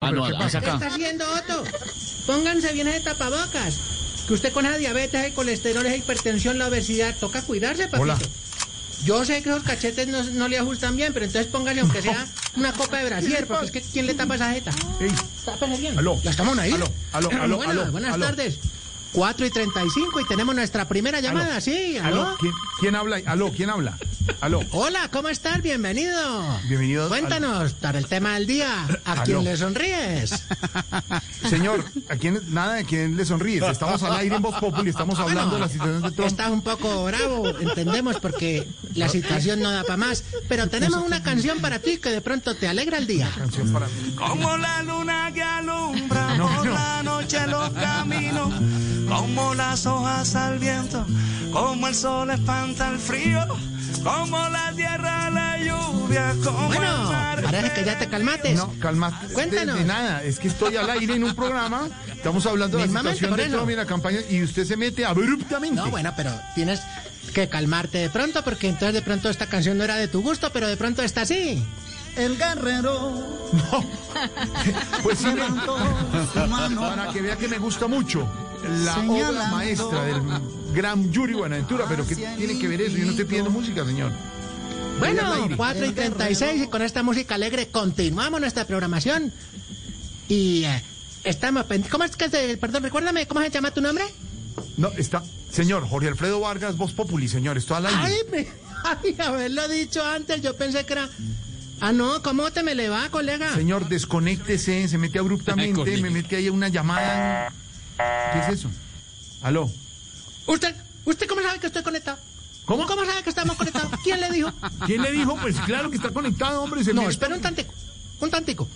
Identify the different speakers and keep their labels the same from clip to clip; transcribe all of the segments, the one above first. Speaker 1: Ah, no, haz
Speaker 2: ¿Qué
Speaker 1: acá.
Speaker 2: está haciendo Otto? Pónganse bien de tapabocas. Que usted con esa diabetes, el colesterol, esa hipertensión, la obesidad, toca cuidarse, papito.
Speaker 3: Hola.
Speaker 2: Yo sé que esos cachetes no, no le ajustan bien, pero entonces póngale aunque sea una copa de brasier, porque es que ¿quién le tapa esa jeta?
Speaker 3: Ey,
Speaker 2: Tápese bien.
Speaker 3: Aló.
Speaker 2: ¿Ya estamos ahí? Ah,
Speaker 3: Aló, aló, aló,
Speaker 2: Buenas,
Speaker 3: aló,
Speaker 2: buenas
Speaker 3: aló.
Speaker 2: tardes. 4 y 35 y tenemos nuestra primera llamada, sí, aló.
Speaker 3: aló, ¿quién, quién habla? ahí? Aló, ¿quién habla? Aló.
Speaker 2: Hola, ¿cómo estás? Bienvenido.
Speaker 3: Bienvenido.
Speaker 2: Cuéntanos, para el tema del día, ¿a
Speaker 3: Aló.
Speaker 2: quién le sonríes?
Speaker 3: Señor, ¿a quién, nada, ¿a quién le sonríes? Estamos al aire en Voz Populi, estamos hablando de la situación de Trump.
Speaker 2: Estás un poco bravo, entendemos, porque la situación no da para más. Pero tenemos una canción para ti que de pronto te alegra el día.
Speaker 3: Canción para mí.
Speaker 4: Como la luna que alumbra
Speaker 3: No,
Speaker 4: por
Speaker 3: no.
Speaker 4: la noche los caminos, como las hojas al viento, como el sol espanta el frío, como la tierra la lluvia, como el
Speaker 2: Bueno,
Speaker 4: mar.
Speaker 2: parece que ya te calmates.
Speaker 3: No, calma.
Speaker 2: Cuéntanos.
Speaker 3: De, de nada, es que estoy al aire en un programa, estamos hablando de la
Speaker 2: Mismamente,
Speaker 3: situación
Speaker 2: por
Speaker 3: de
Speaker 2: eso.
Speaker 3: Trump y la campaña, y usted se mete abruptamente.
Speaker 2: No, bueno, pero tienes que calmarte de pronto, porque entonces de pronto esta canción no era de tu gusto, pero de pronto está así.
Speaker 5: El guerrero
Speaker 3: Pues sí,
Speaker 5: levantó su mano.
Speaker 3: para que vea que me gusta mucho la obra
Speaker 5: Señalando.
Speaker 3: maestra del gran Yuri Buenaventura, pero ¿qué tiene que ver eso? Yo no estoy pidiendo música, señor.
Speaker 2: Bueno,
Speaker 3: Voy al aire.
Speaker 2: 4 y 36 y con esta música alegre continuamos nuestra programación. Y eh, estamos... pen- ¿Cómo es que se... Perdón, recuérdame, ¿cómo se llama tu nombre?
Speaker 3: No, está, señor, Jorge Alfredo Vargas, Voz Populi, señor, estoy al aire.
Speaker 2: Ay, me, ay, haberlo dicho antes, yo pensé que era... Ah, no, ¿cómo te me le va, colega?
Speaker 3: Señor, desconéctese, se mete abruptamente,
Speaker 1: Correcto.
Speaker 3: me mete ahí a una llamada. ¿Qué es eso? Aló.
Speaker 2: ¿Usted, ¿Usted cómo sabe que estoy conectado?
Speaker 3: ¿Cómo?
Speaker 2: ¿Cómo sabe que estamos conectados? ¿Quién le dijo?
Speaker 3: ¿Quién le dijo? Pues claro que está conectado, hombre. Se
Speaker 2: No,
Speaker 3: mira-
Speaker 2: espera un tantico, un tantico.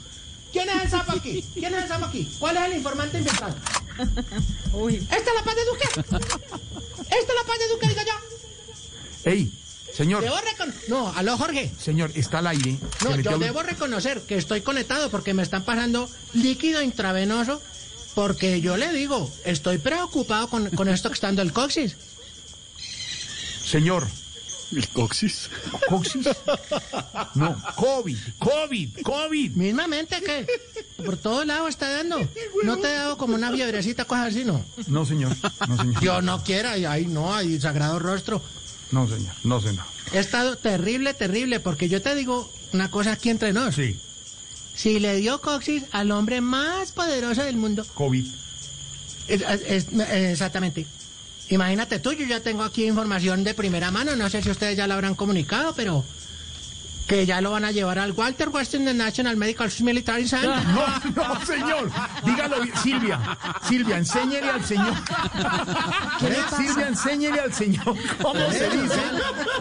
Speaker 2: ¿Quién es el sapo aquí? ¿Quién es el sapo aquí? ¿Cuál es el informante inventado? ¿Esta es la paz de Duque? ¿Esta es la paz de Duque, digo yo?
Speaker 3: Ey, señor,
Speaker 2: Debo reconocer... No, aló, Jorge.
Speaker 3: señor, está al aire. se
Speaker 2: No,
Speaker 3: metió
Speaker 2: yo
Speaker 3: abru-
Speaker 2: debo reconocer que estoy conectado porque me están pasando líquido intravenoso porque yo le digo, estoy preocupado con, con esto que está dando el coxis.
Speaker 3: Señor,
Speaker 1: El coxis.
Speaker 3: ¿coxis? No, COVID, COVID, COVID.
Speaker 2: Mismamente que por todos lados está dando. No te he dado como una fiebrecita, cosas así, no.
Speaker 3: No, señor, no, señor.
Speaker 2: Dios no quiera, y ahí no, ahí sagrado rostro.
Speaker 3: No, señor, no, señor.
Speaker 2: He estado terrible, terrible, porque yo te digo una cosa aquí entre nos.
Speaker 3: Sí,
Speaker 2: Si le dio coxis al hombre más poderoso del mundo,
Speaker 3: COVID.
Speaker 2: Es- es- es- exactamente. Imagínate tú, yo ya tengo aquí información de primera mano, no sé si ustedes ya la habrán comunicado, pero que ya lo van a llevar al Walter Washington National Medical Military Center.
Speaker 3: No, no, señor. Dígalo bien. Silvia, Silvia, enséñele al señor. Eh, Silvia, enséñele al señor cómo
Speaker 2: ¿Eh?
Speaker 3: se dice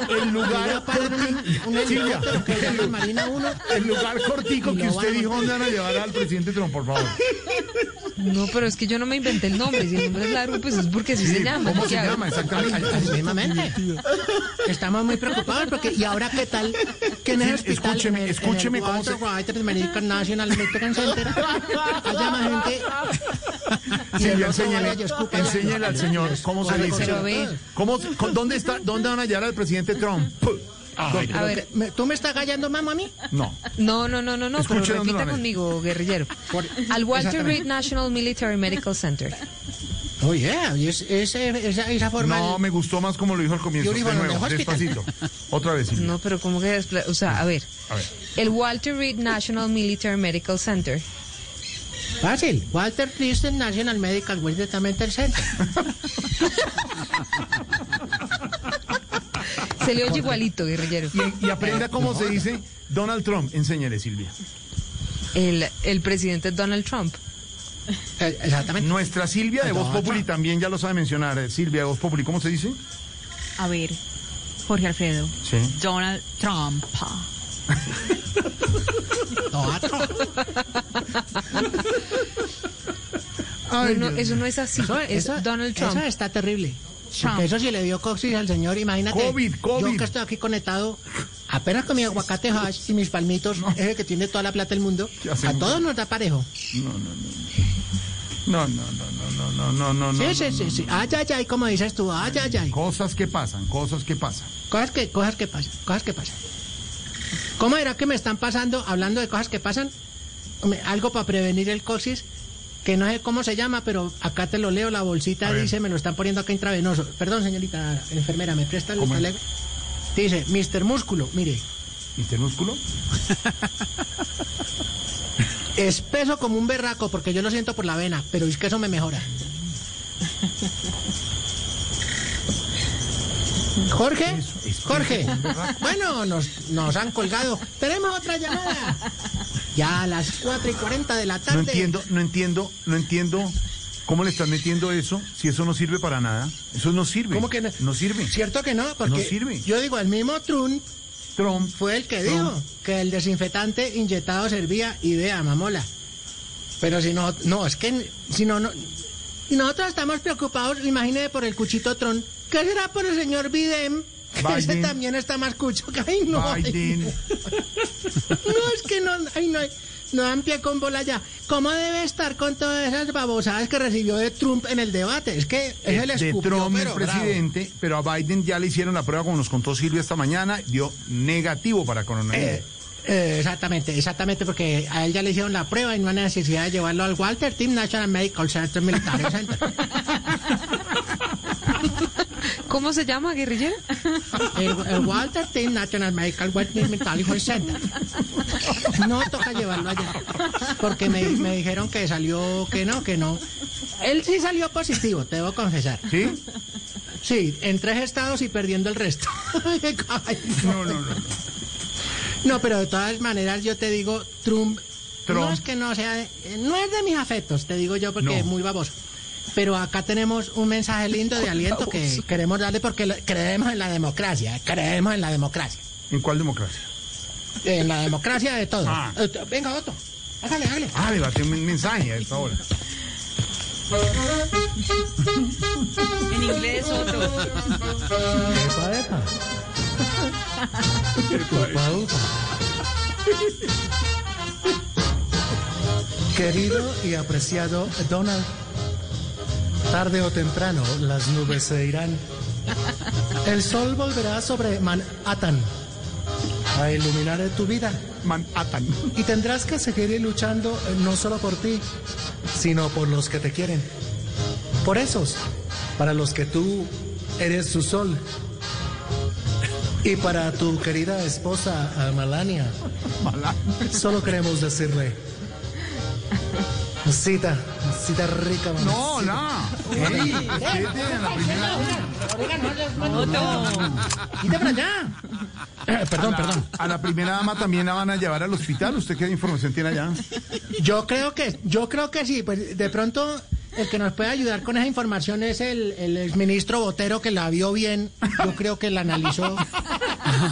Speaker 3: el
Speaker 2: Le va
Speaker 3: lugar
Speaker 2: a pagar un- un
Speaker 3: cortico. Silvia,
Speaker 2: helicóptero que llama Marina Uno.
Speaker 3: el lugar cortico
Speaker 2: Y lo
Speaker 3: que usted
Speaker 2: van a-
Speaker 3: dijo dónde van a llevar al presidente Trump, por favor.
Speaker 6: No, pero es que yo no me inventé el nombre. Si el nombre es largo, pues es porque así se llama.
Speaker 3: ¿Cómo
Speaker 6: ¿qué
Speaker 3: se
Speaker 6: hago?
Speaker 3: llama exactamente?
Speaker 2: Mismamente. Estamos muy preocupados porque, ¿y ahora qué tal? Que en el
Speaker 3: Sí,
Speaker 2: hospital,
Speaker 3: escúcheme,
Speaker 2: en el- en el
Speaker 3: escúcheme cómo
Speaker 2: Walter
Speaker 3: se-
Speaker 2: Washington Medical National Medical Center, haya más gente. y el
Speaker 3: Silvia,
Speaker 2: otro vaya y
Speaker 3: enséñele,
Speaker 2: escupa.
Speaker 3: enséñele al señor cómo se
Speaker 2: Vale,
Speaker 3: dice.
Speaker 6: pero ve.
Speaker 3: ¿Cómo, con- ¿Dónde está? ¿Dónde van a llevar al presidente Trump? Puh.
Speaker 7: Ah,
Speaker 6: A ver,
Speaker 2: ¿Me- ¿Tú me estás callando, mamá, a mí?
Speaker 3: No.
Speaker 6: no, no, no, no, no, pero
Speaker 3: Escuche, ¿dónde lo
Speaker 6: repita
Speaker 3: ves?
Speaker 6: conmigo, guerrillero.
Speaker 2: Por-
Speaker 6: Al Walter
Speaker 2: Exactamente.
Speaker 6: Reed National Military Medical Center.
Speaker 2: Oye, Oh, y es, es- esa, esa forma.
Speaker 3: No, me gustó más como lo dijo al comienzo.
Speaker 2: Yo digo,
Speaker 3: De
Speaker 2: no,
Speaker 3: nuevo,
Speaker 2: mejor hospital.
Speaker 3: despacito. Otra vez, Silvia.
Speaker 6: No, pero ¿cómo que despla- O sea, a ver.
Speaker 3: A ver.
Speaker 6: El Walter Reed National Military Medical Center.
Speaker 2: Fácil. Walter Christian National Medical Wellness Center.
Speaker 6: Se le oye igualito, guerrillero.
Speaker 3: Y, y aprenda cómo se dice Donald Trump. Enséñale, Silvia.
Speaker 6: El, el presidente Donald Trump.
Speaker 2: Eh, Exactamente.
Speaker 3: Nuestra Silvia de Voz Populi también ya lo sabe mencionar. Eh, Silvia de Voz Populi, ¿cómo se dice?
Speaker 8: A ver, Jorge Alfredo.
Speaker 3: Sí.
Speaker 8: Donald Trump.
Speaker 2: No, otro.
Speaker 3: Ay,
Speaker 6: No, no,
Speaker 3: Dios.
Speaker 6: eso no es así. es Donald Trump.
Speaker 2: Eso está terrible.
Speaker 8: Trump.
Speaker 2: Porque eso sí le dio coxis al señor, imagínate.
Speaker 3: COVID, COVID.
Speaker 2: Yo que estoy aquí conectado, apenas con mi aguacate hash y mis palmitos, es el que tiene toda la plata del mundo.
Speaker 3: ¿Qué
Speaker 2: A
Speaker 3: hacemos?
Speaker 2: todos nos da parejo.
Speaker 3: No, no, no, no, no, no, no, no, no,
Speaker 2: sí, sí,
Speaker 3: no,
Speaker 2: sí,
Speaker 3: no.
Speaker 2: sí. Ay, ay, ay, como dices tú, ay, ay, ay.
Speaker 3: Cosas que pasan, cosas que pasan.
Speaker 2: Cosas que, cosas que pasan, cosas que pasan. ¿Cómo era que me están pasando, hablando de cosas que pasan? hombre, algo para prevenir el coxis, que no sé cómo se llama, pero acá te lo leo, la bolsita dice, me lo están poniendo acá intravenoso. Perdón, señorita enfermera, ¿me presta el
Speaker 3: ¿Cómo es?
Speaker 2: talego? Dice, Mr. Músculo, mire,
Speaker 3: ¿Mister Músculo?
Speaker 2: espeso como un berraco, porque yo lo siento por la vena, pero es que eso me mejora. Jorge, Jorge, bueno, nos, nos han colgado. Tenemos otra llamada. Ya a las 4 y 40 de la tarde.
Speaker 3: No entiendo, no entiendo, no entiendo cómo le están metiendo eso, si eso no sirve para nada. Eso no sirve.
Speaker 2: ¿Cómo que no?
Speaker 3: No sirve.
Speaker 2: Cierto que no, porque
Speaker 3: No sirve.
Speaker 2: yo digo, el mismo Trump
Speaker 3: Trump
Speaker 2: fue el que
Speaker 3: No.
Speaker 2: dijo que el desinfectante inyectado servía y vea, mamola. Pero si no, no, es que si no, no. Y nosotros estamos preocupados, imagínese por el cuchito Tron. ¿Qué será por el señor Biden? Que ese
Speaker 3: Biden.
Speaker 2: también está más cucho que ay no. ay,
Speaker 3: Biden.
Speaker 2: no, es que no, ay no, no dan pie con bola ya. ¿Cómo debe estar con todas esas babosadas que recibió de Trump en el debate? Es que es el
Speaker 3: Eh, de
Speaker 2: escupió,
Speaker 3: Trump el
Speaker 2: pero bravo.
Speaker 3: presidente, pero a Biden ya le hicieron la prueba como nos contó Silvia esta mañana, dio negativo para coronavirus.
Speaker 2: Eh, eh, exactamente, exactamente, porque a él ya le hicieron la prueba y no hay necesidad de llevarlo al Walter Team National Medical Center Military Center.
Speaker 6: ¿Cómo se llama, guerrillero?
Speaker 2: El, el Walter Team National Medical Wellness Military Center. No toca llevarlo allá, porque me, me dijeron que salió, que no, que no. Él sí salió positivo, te debo confesar.
Speaker 3: ¿Sí?
Speaker 2: Sí, en tres estados y perdiendo el resto. Ay,
Speaker 3: No, no, no. no.
Speaker 2: No, pero de todas maneras yo te digo, Trump,
Speaker 3: Trump.
Speaker 2: no es que no sea, de- eh, no es de mis afectos, te digo yo porque
Speaker 3: No.
Speaker 2: es muy baboso. Pero acá tenemos un mensaje lindo de aliento que queremos darle porque lo- creemos en la democracia, creemos en la democracia,
Speaker 3: ¿En cuál democracia?
Speaker 2: en la democracia de todos.
Speaker 3: Ah.
Speaker 2: Eh, Venga, Otto, hágale, hágale.
Speaker 3: Ah, debate un mensaje a esta hora.
Speaker 6: En inglés, otro.
Speaker 1: Querido y apreciado Donald, tarde o temprano las nubes se irán. El sol volverá sobre Manhattan a iluminar tu vida
Speaker 3: Manhattan.
Speaker 1: y tendrás que seguir luchando eh, no solo por ti, sino por los que te quieren. Por esos, para los que tú eres su sol. Y para tu querida esposa ah, Melania, solo queremos decirle, cita, cita rica, mamá.
Speaker 3: No, no. Ey, ustedes en la primera-
Speaker 2: Quita para allá. Eh, perdón, perdón.
Speaker 3: A la primera dama también la van a llevar al hospital. ¿Usted qué información tiene allá?
Speaker 2: Yo creo que, yo creo que sí, pues de pronto el que nos puede ayudar con esa información es el, el exministro Botero que la vio bien, yo creo que la analizó.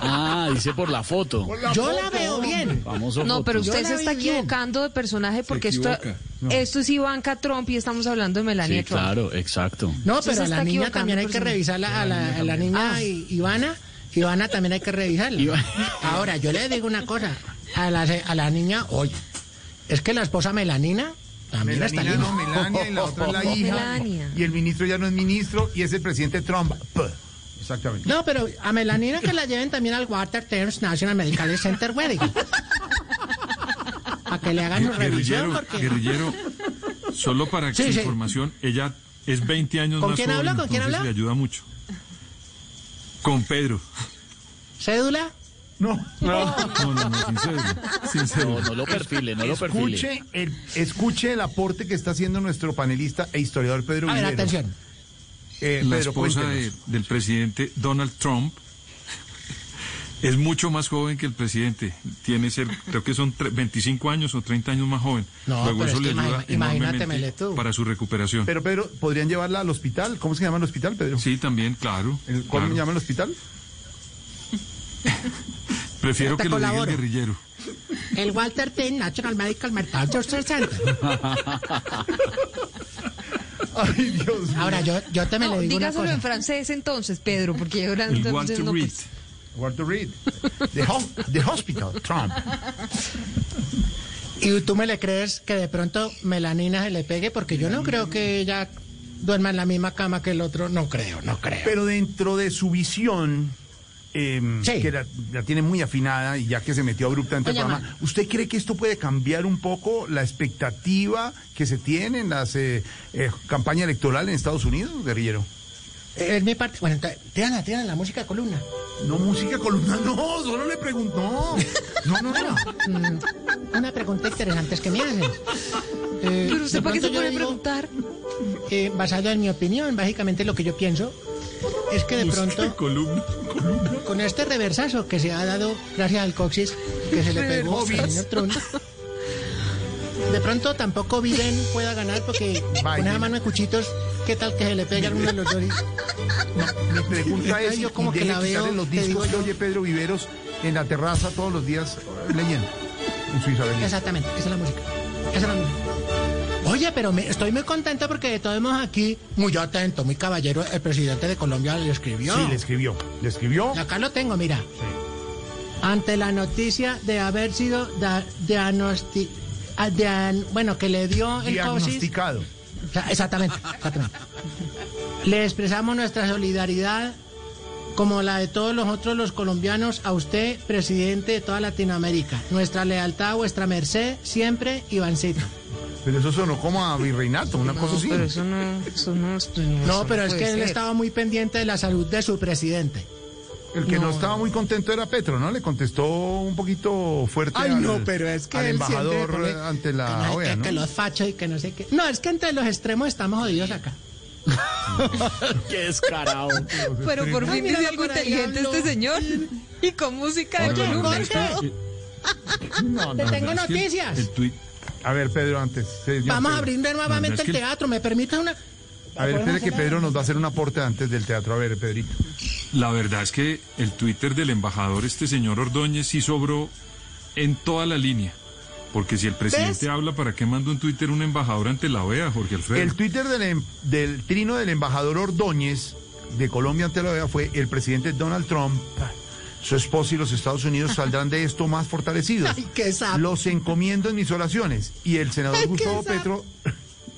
Speaker 7: Ah, dice por la foto.
Speaker 2: Yo la veo bien.
Speaker 7: Famoso
Speaker 6: No,
Speaker 7: foto.
Speaker 6: pero
Speaker 2: Yo
Speaker 6: usted
Speaker 2: la
Speaker 6: se
Speaker 2: vi
Speaker 6: está
Speaker 2: bien.
Speaker 6: equivocando de personaje porque esto,
Speaker 7: equivoca.
Speaker 6: esto es Ivanka Trump y estamos hablando de Melania
Speaker 7: Sí,
Speaker 6: Trump.
Speaker 7: claro, exacto.
Speaker 2: No,
Speaker 6: Entonces
Speaker 2: pero a
Speaker 6: está
Speaker 2: la niña
Speaker 6: equivocando,
Speaker 2: también hay que
Speaker 6: persona.
Speaker 2: revisarla, a la, a la niña I- Ivana, Ivana también hay que revisarla.
Speaker 7: Iva-
Speaker 2: Ahora, yo le digo una cosa, a la, a la niña, oye, es que la esposa Melanina también está
Speaker 3: Melanina
Speaker 2: linda.
Speaker 3: no, Melania, y la otra es la hija.
Speaker 6: Melania.
Speaker 3: Y el ministro ya no es ministro y es el presidente Trump. Puh. Exactamente.
Speaker 2: No, pero a Melanina que la lleven también al Water Thames National Medical Center Wedding. A que le hagan una revisión
Speaker 9: Guerrillero,
Speaker 2: porque...
Speaker 9: guerrillero, solo para
Speaker 2: Sí,
Speaker 9: su
Speaker 2: sí.
Speaker 9: información, ella es 20 años
Speaker 2: ¿Con
Speaker 9: más
Speaker 2: quién
Speaker 9: joven,
Speaker 2: habla? ¿Con quién
Speaker 9: entonces
Speaker 2: habla?
Speaker 9: le ayuda mucho. Con Pedro.
Speaker 2: ¿Cédula?
Speaker 3: No.
Speaker 9: No, no, no, sin cédula, sin
Speaker 7: No,
Speaker 9: cédula.
Speaker 7: no lo perfile, no lo perfile.
Speaker 3: Escuche el, escuche el aporte que está haciendo nuestro panelista e historiador Pedro
Speaker 2: A ver,
Speaker 3: Vivero.
Speaker 2: atención.
Speaker 3: Eh,
Speaker 9: la
Speaker 3: Pedro,
Speaker 9: esposa
Speaker 3: cuéntenos.
Speaker 9: de- del presidente Donald Trump es mucho más joven que el presidente. Tiene ser, creo que son tre- 25 años o 30 años más joven.
Speaker 2: No,
Speaker 9: Luego
Speaker 2: pero
Speaker 9: eso
Speaker 2: es
Speaker 9: le
Speaker 2: que
Speaker 9: ayuda
Speaker 2: imagi- imagínate,
Speaker 9: enormemente
Speaker 2: Mele, tú.
Speaker 9: para su recuperación.
Speaker 3: Pero Pedro, ¿podrían llevarla al hospital? ¿Cómo se llama el hospital, Pedro?
Speaker 9: sí, Ah, también, claro.
Speaker 3: El- ¿Cómo
Speaker 9: claro.
Speaker 3: se llama el hospital?
Speaker 9: Prefiero
Speaker 2: Te
Speaker 9: que lo diga el
Speaker 2: colaboro.
Speaker 9: guerrillero.
Speaker 2: El Walter T. National Medical Mercado Center.
Speaker 3: Ay, Dios mío.
Speaker 2: Ahora, yo, yo te me
Speaker 6: No,
Speaker 2: le digo una
Speaker 6: dígaselo
Speaker 2: cosa.
Speaker 6: en francés entonces, Pedro, porque yo ahora
Speaker 9: El
Speaker 6: entonces
Speaker 9: Walter
Speaker 6: no,
Speaker 9: Reed.
Speaker 6: pues,
Speaker 3: Walter Reed. The, ho- the hospital, Trump.
Speaker 2: ¿Y tú me le crees que de pronto Melanina se le pegue? Porque yo no creo que ella duerma en la misma cama que el otro. No creo, no creo.
Speaker 3: Pero dentro de su visión, eh,
Speaker 2: Sí.
Speaker 3: que la, la tiene muy afinada y ya que se metió abruptamente al
Speaker 2: Doña
Speaker 3: programa,
Speaker 2: Mari.
Speaker 3: ¿usted cree que esto puede cambiar un poco la expectativa que se tiene en las eh, eh, campaña electoral en Estados Unidos, guerrillero?
Speaker 2: Es mi parte. Bueno, entonces, tírala, tírala, la música de columna.
Speaker 3: No, música columna, no, solo le preguntó. No, no, no.
Speaker 2: Mm, una pregunta interesante es que me haces. Eh,
Speaker 6: Pero
Speaker 2: de
Speaker 6: usted, ¿para qué
Speaker 2: pronto
Speaker 6: se
Speaker 2: yo
Speaker 6: pone a
Speaker 2: digo,
Speaker 6: preguntar?
Speaker 2: eh, basado en mi opinión, básicamente lo que yo pienso es que de pronto
Speaker 9: Columna, columna.
Speaker 2: con este reversazo que se ha dado gracias al coxis que se le pegó al señor Trump. De pronto tampoco Biden pueda ganar porque con esa mano de cuchitos, ¿qué tal que se le pegue a alguno de los dos?
Speaker 3: Mi pregunta es,
Speaker 2: Ay, yo
Speaker 3: ¿y
Speaker 2: como que
Speaker 3: deje
Speaker 2: la
Speaker 3: que
Speaker 2: veo,
Speaker 3: salen los
Speaker 2: te digo
Speaker 3: discos que
Speaker 2: yo.
Speaker 3: oye Pedro Viveros en la terraza todos los días eh, leyendo en su Isabelita.
Speaker 2: Exactamente, esa es la música. Esa es la música. Oye, pero me- estoy muy contento porque de todos modos aquí, muy atento, muy caballero, el presidente de Colombia le escribió.
Speaker 3: Sí, le escribió, le escribió.
Speaker 2: Y Acá lo tengo, mira. Ante la noticia de haber sido da- diagnosti- ah, dian- bueno, que le dio el COVID.
Speaker 3: Diagnosticado.
Speaker 2: O sea, Exactamente, exactamente. Le expresamos nuestra solidaridad, como la de todos los otros los colombianos, a usted, presidente de toda Latinoamérica. Nuestra lealtad a vuestra merced, siempre, Ivancito.
Speaker 3: Pero eso sonó como a virreinato, una cosa así.
Speaker 6: Pero eso no, eso no, esto no- eso
Speaker 2: No, pero es
Speaker 6: puede
Speaker 2: que él
Speaker 6: ser.
Speaker 2: estaba muy pendiente de la salud de su presidente.
Speaker 3: El que no, estaba muy contento era Petro, ¿no? Le contestó un poquito fuerte
Speaker 2: Ay,
Speaker 3: al,
Speaker 2: no, pero es que
Speaker 3: al
Speaker 2: él
Speaker 3: embajador
Speaker 2: siempre
Speaker 3: eh,
Speaker 2: pone
Speaker 3: ante
Speaker 2: que
Speaker 3: la
Speaker 2: no sé
Speaker 3: OEA,
Speaker 2: qué,
Speaker 3: ¿no?
Speaker 2: que los fachos y que no sé qué. No, es que entre los extremos estamos jodidos acá.
Speaker 7: Qué descarado.
Speaker 6: Pero por fin
Speaker 2: Míralo
Speaker 6: dice algo
Speaker 2: por ahí,
Speaker 6: inteligente
Speaker 2: habló.
Speaker 6: este señor. Y con música de columna.
Speaker 2: Jorge,
Speaker 3: No,
Speaker 2: te
Speaker 3: no.
Speaker 2: tengo
Speaker 9: Es que el-
Speaker 2: noticias.
Speaker 9: El tuit.
Speaker 3: A ver, Pedro, antes. sí, ya,
Speaker 2: Vamos a
Speaker 3: Pedro.
Speaker 2: abrir
Speaker 9: No, no,
Speaker 2: nuevamente
Speaker 9: es
Speaker 2: el
Speaker 9: que el-
Speaker 2: teatro. ¿Me permite una?
Speaker 3: A ver, espere que Pedro nos va a hacer un aporte antes del teatro. A ver, Pedrito.
Speaker 9: La verdad es que el Twitter del embajador, este señor Ordóñez, sí sobró en toda la línea. Porque si el presidente habla, ¿para qué manda un Twitter un embajador ante la OEA, Jorge Alfredo?
Speaker 3: El Twitter del, em- del trino del embajador Ordóñez de Colombia ante la OEA fue el presidente Donald Trump. Su esposa y los Estados Unidos saldrán de esto más fortalecidos.
Speaker 2: Ay, qué sapo.
Speaker 3: Los encomiendo en mis oraciones. Y el senador
Speaker 2: Ay, qué
Speaker 3: Gustavo
Speaker 2: sapo.
Speaker 3: Petro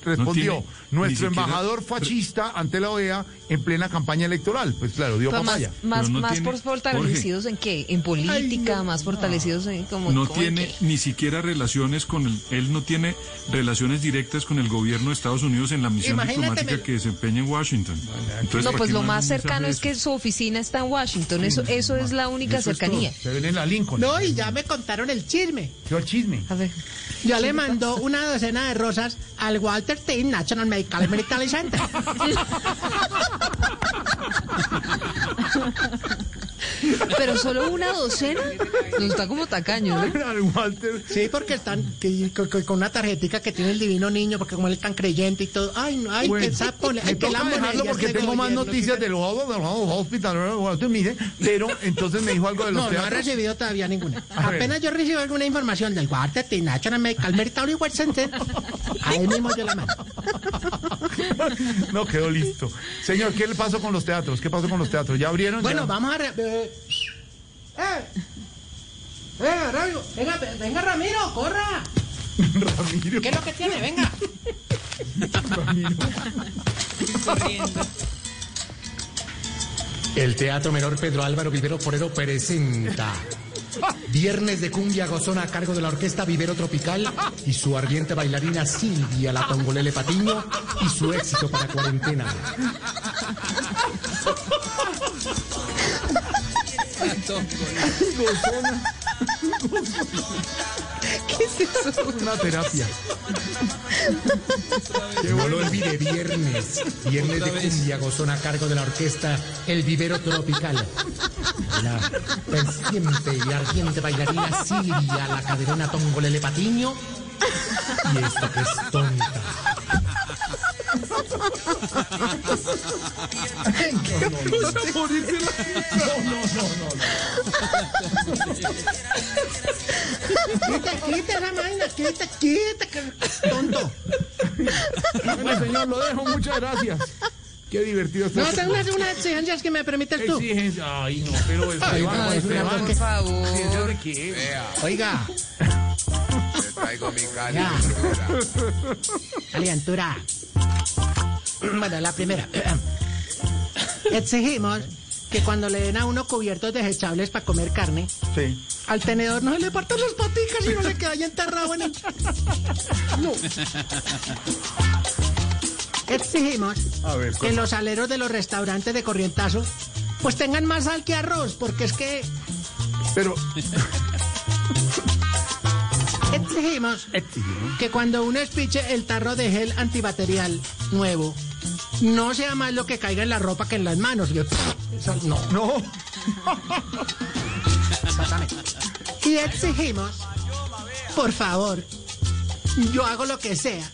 Speaker 3: respondió,
Speaker 9: tiene ni
Speaker 3: nuestro
Speaker 9: siquiera-
Speaker 3: embajador fascista ante la OEA en plena campaña electoral. Pues claro, dio
Speaker 6: Pero Más,
Speaker 3: papaya.
Speaker 6: más,
Speaker 9: Pero no
Speaker 6: más
Speaker 9: tiene-
Speaker 6: por fortalecidos en qué? En política, más fortalecidos en como.
Speaker 9: no
Speaker 6: como en
Speaker 9: tiene
Speaker 6: qué.
Speaker 9: ni siquiera relaciones con el, él no tiene relaciones directas con el gobierno de Estados Unidos en la misión
Speaker 2: Imagínate,
Speaker 9: diplomática
Speaker 2: me-
Speaker 9: que desempeña en Washington. Entonces,
Speaker 6: No,
Speaker 9: ¿para
Speaker 6: pues
Speaker 9: qué
Speaker 6: lo
Speaker 9: manda
Speaker 6: más
Speaker 9: un mensaje
Speaker 6: cercano
Speaker 9: de
Speaker 6: es
Speaker 9: eso?
Speaker 6: que su oficina está en Washington. Eso, eso es la única
Speaker 3: Eso es
Speaker 6: cercanía.
Speaker 3: todo. Se ven en la Lincoln.
Speaker 2: No, y ya me contaron el chisme.
Speaker 3: Yo al chisme.
Speaker 6: A ver.
Speaker 2: Yo le mandó una docena de rosas al Walter T. National Medical Military Center.
Speaker 6: Pero solo una docena. Nos está como tacaño, ¿no?
Speaker 3: Al Walter.
Speaker 2: Sí, porque están que- que- que- con una tarjetica que tiene el divino niño, porque como él es tan creyente y todo. Ay, no, ay,
Speaker 3: Bueno,
Speaker 2: qué sapo. le-
Speaker 3: me
Speaker 2: Ay, que la
Speaker 3: toca dejarlo
Speaker 2: monería
Speaker 3: porque
Speaker 2: este
Speaker 3: tengo más
Speaker 2: gobierno.
Speaker 3: noticias del Global, del Global Hospital, del Global, mire, pero entonces me dijo algo de los
Speaker 2: No, no ha
Speaker 3: teatros.
Speaker 2: recibido todavía ninguna.
Speaker 3: A ver.
Speaker 2: Apenas yo recibo alguna información del Walter T. National Medical Military Center, a él mismo yo le mando.
Speaker 3: No quedó listo. Señor, ¿qué le pasó con los teatros? ¿Qué pasó con los teatros? ¿Ya abrieron?
Speaker 2: Bueno,
Speaker 3: ¿Ya?
Speaker 2: vamos a... re- eh, eh, eh, Ramiro, venga, pe- venga, Ramiro, corra.
Speaker 3: Ramiro,
Speaker 2: ¿Qué es lo que tiene? Venga.
Speaker 1: El Teatro Menor Pedro Álvaro Vivero Forero presenta Viernes de Cumbia Gozona a cargo de la Orquesta Vivero Tropical y su ardiente bailarina Silvia La Tongolele Patiño y su éxito para cuarentena.
Speaker 3: una terapia.
Speaker 1: No lo olvide, Viernes. Viernes de Cumbia Gozona a cargo de la Orquesta El Vivero Tropical. La pensiente y ardiente bailarina Silvia La Caderona Tongolele Patiño y esta que es tonta.
Speaker 2: Quita, quita esa máquina, quita, quita, que- tonto.
Speaker 1: Pues,
Speaker 3: Bueno, señor, lo dejo. Muchas gracias. Qué divertido está
Speaker 2: No,
Speaker 3: este-
Speaker 2: tengo unas, unas exigencias que me permites
Speaker 3: Eh,
Speaker 2: tú.
Speaker 3: Exigencia. Ay, no, pero es
Speaker 6: Ay, Fernando, por favor.
Speaker 2: Oiga,
Speaker 4: Traigo mi
Speaker 2: ya. Calientura. Bueno, la primera. Exigimos que cuando le den a uno cubiertos desechables para comer carne,
Speaker 3: Sí.
Speaker 2: al tenedor no se le partan las paticas y no le queda ahí enterrado en el... No. Exigimos
Speaker 3: A ver, ¿cuál?
Speaker 2: que los aleros de los restaurantes de corrientazo pues tengan más sal que arroz, porque es que
Speaker 3: Pero,
Speaker 2: exigimos que cuando uno espiche el tarro de gel antibacterial nuevo, no sea más lo que caiga en la ropa que en las manos. Yo, eso no.
Speaker 3: no.
Speaker 2: Y exigimos, por favor, yo hago lo que sea,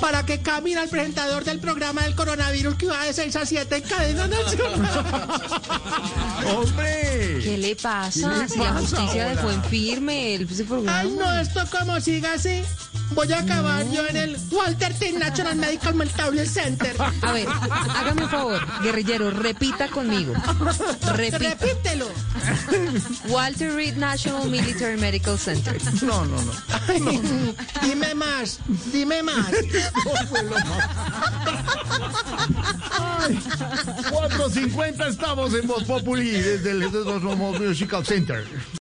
Speaker 2: para que camine el presentador del programa del coronavirus que va de 6 a 7 en cadena nacional.
Speaker 3: ¡Hombre!
Speaker 6: ¿Qué le pasa?
Speaker 3: ¿Qué le
Speaker 6: Si la
Speaker 3: pasa
Speaker 6: justicia de
Speaker 3: ahora?
Speaker 6: Fuenfirme, el ese programa.
Speaker 2: Ay, no, esto como siga así. Voy a acabar yo en el Walter T. National Medical Multiple Center.
Speaker 6: A ver, hágame un favor, guerrillero, repita conmigo. Repita.
Speaker 2: Repítelo.
Speaker 6: Walter Reed National Military Medical Center.
Speaker 3: No, no, no.
Speaker 2: Dime más, dime más.
Speaker 3: 4.50 estamos en Voz Populi desde el desde el Romo Musical Center.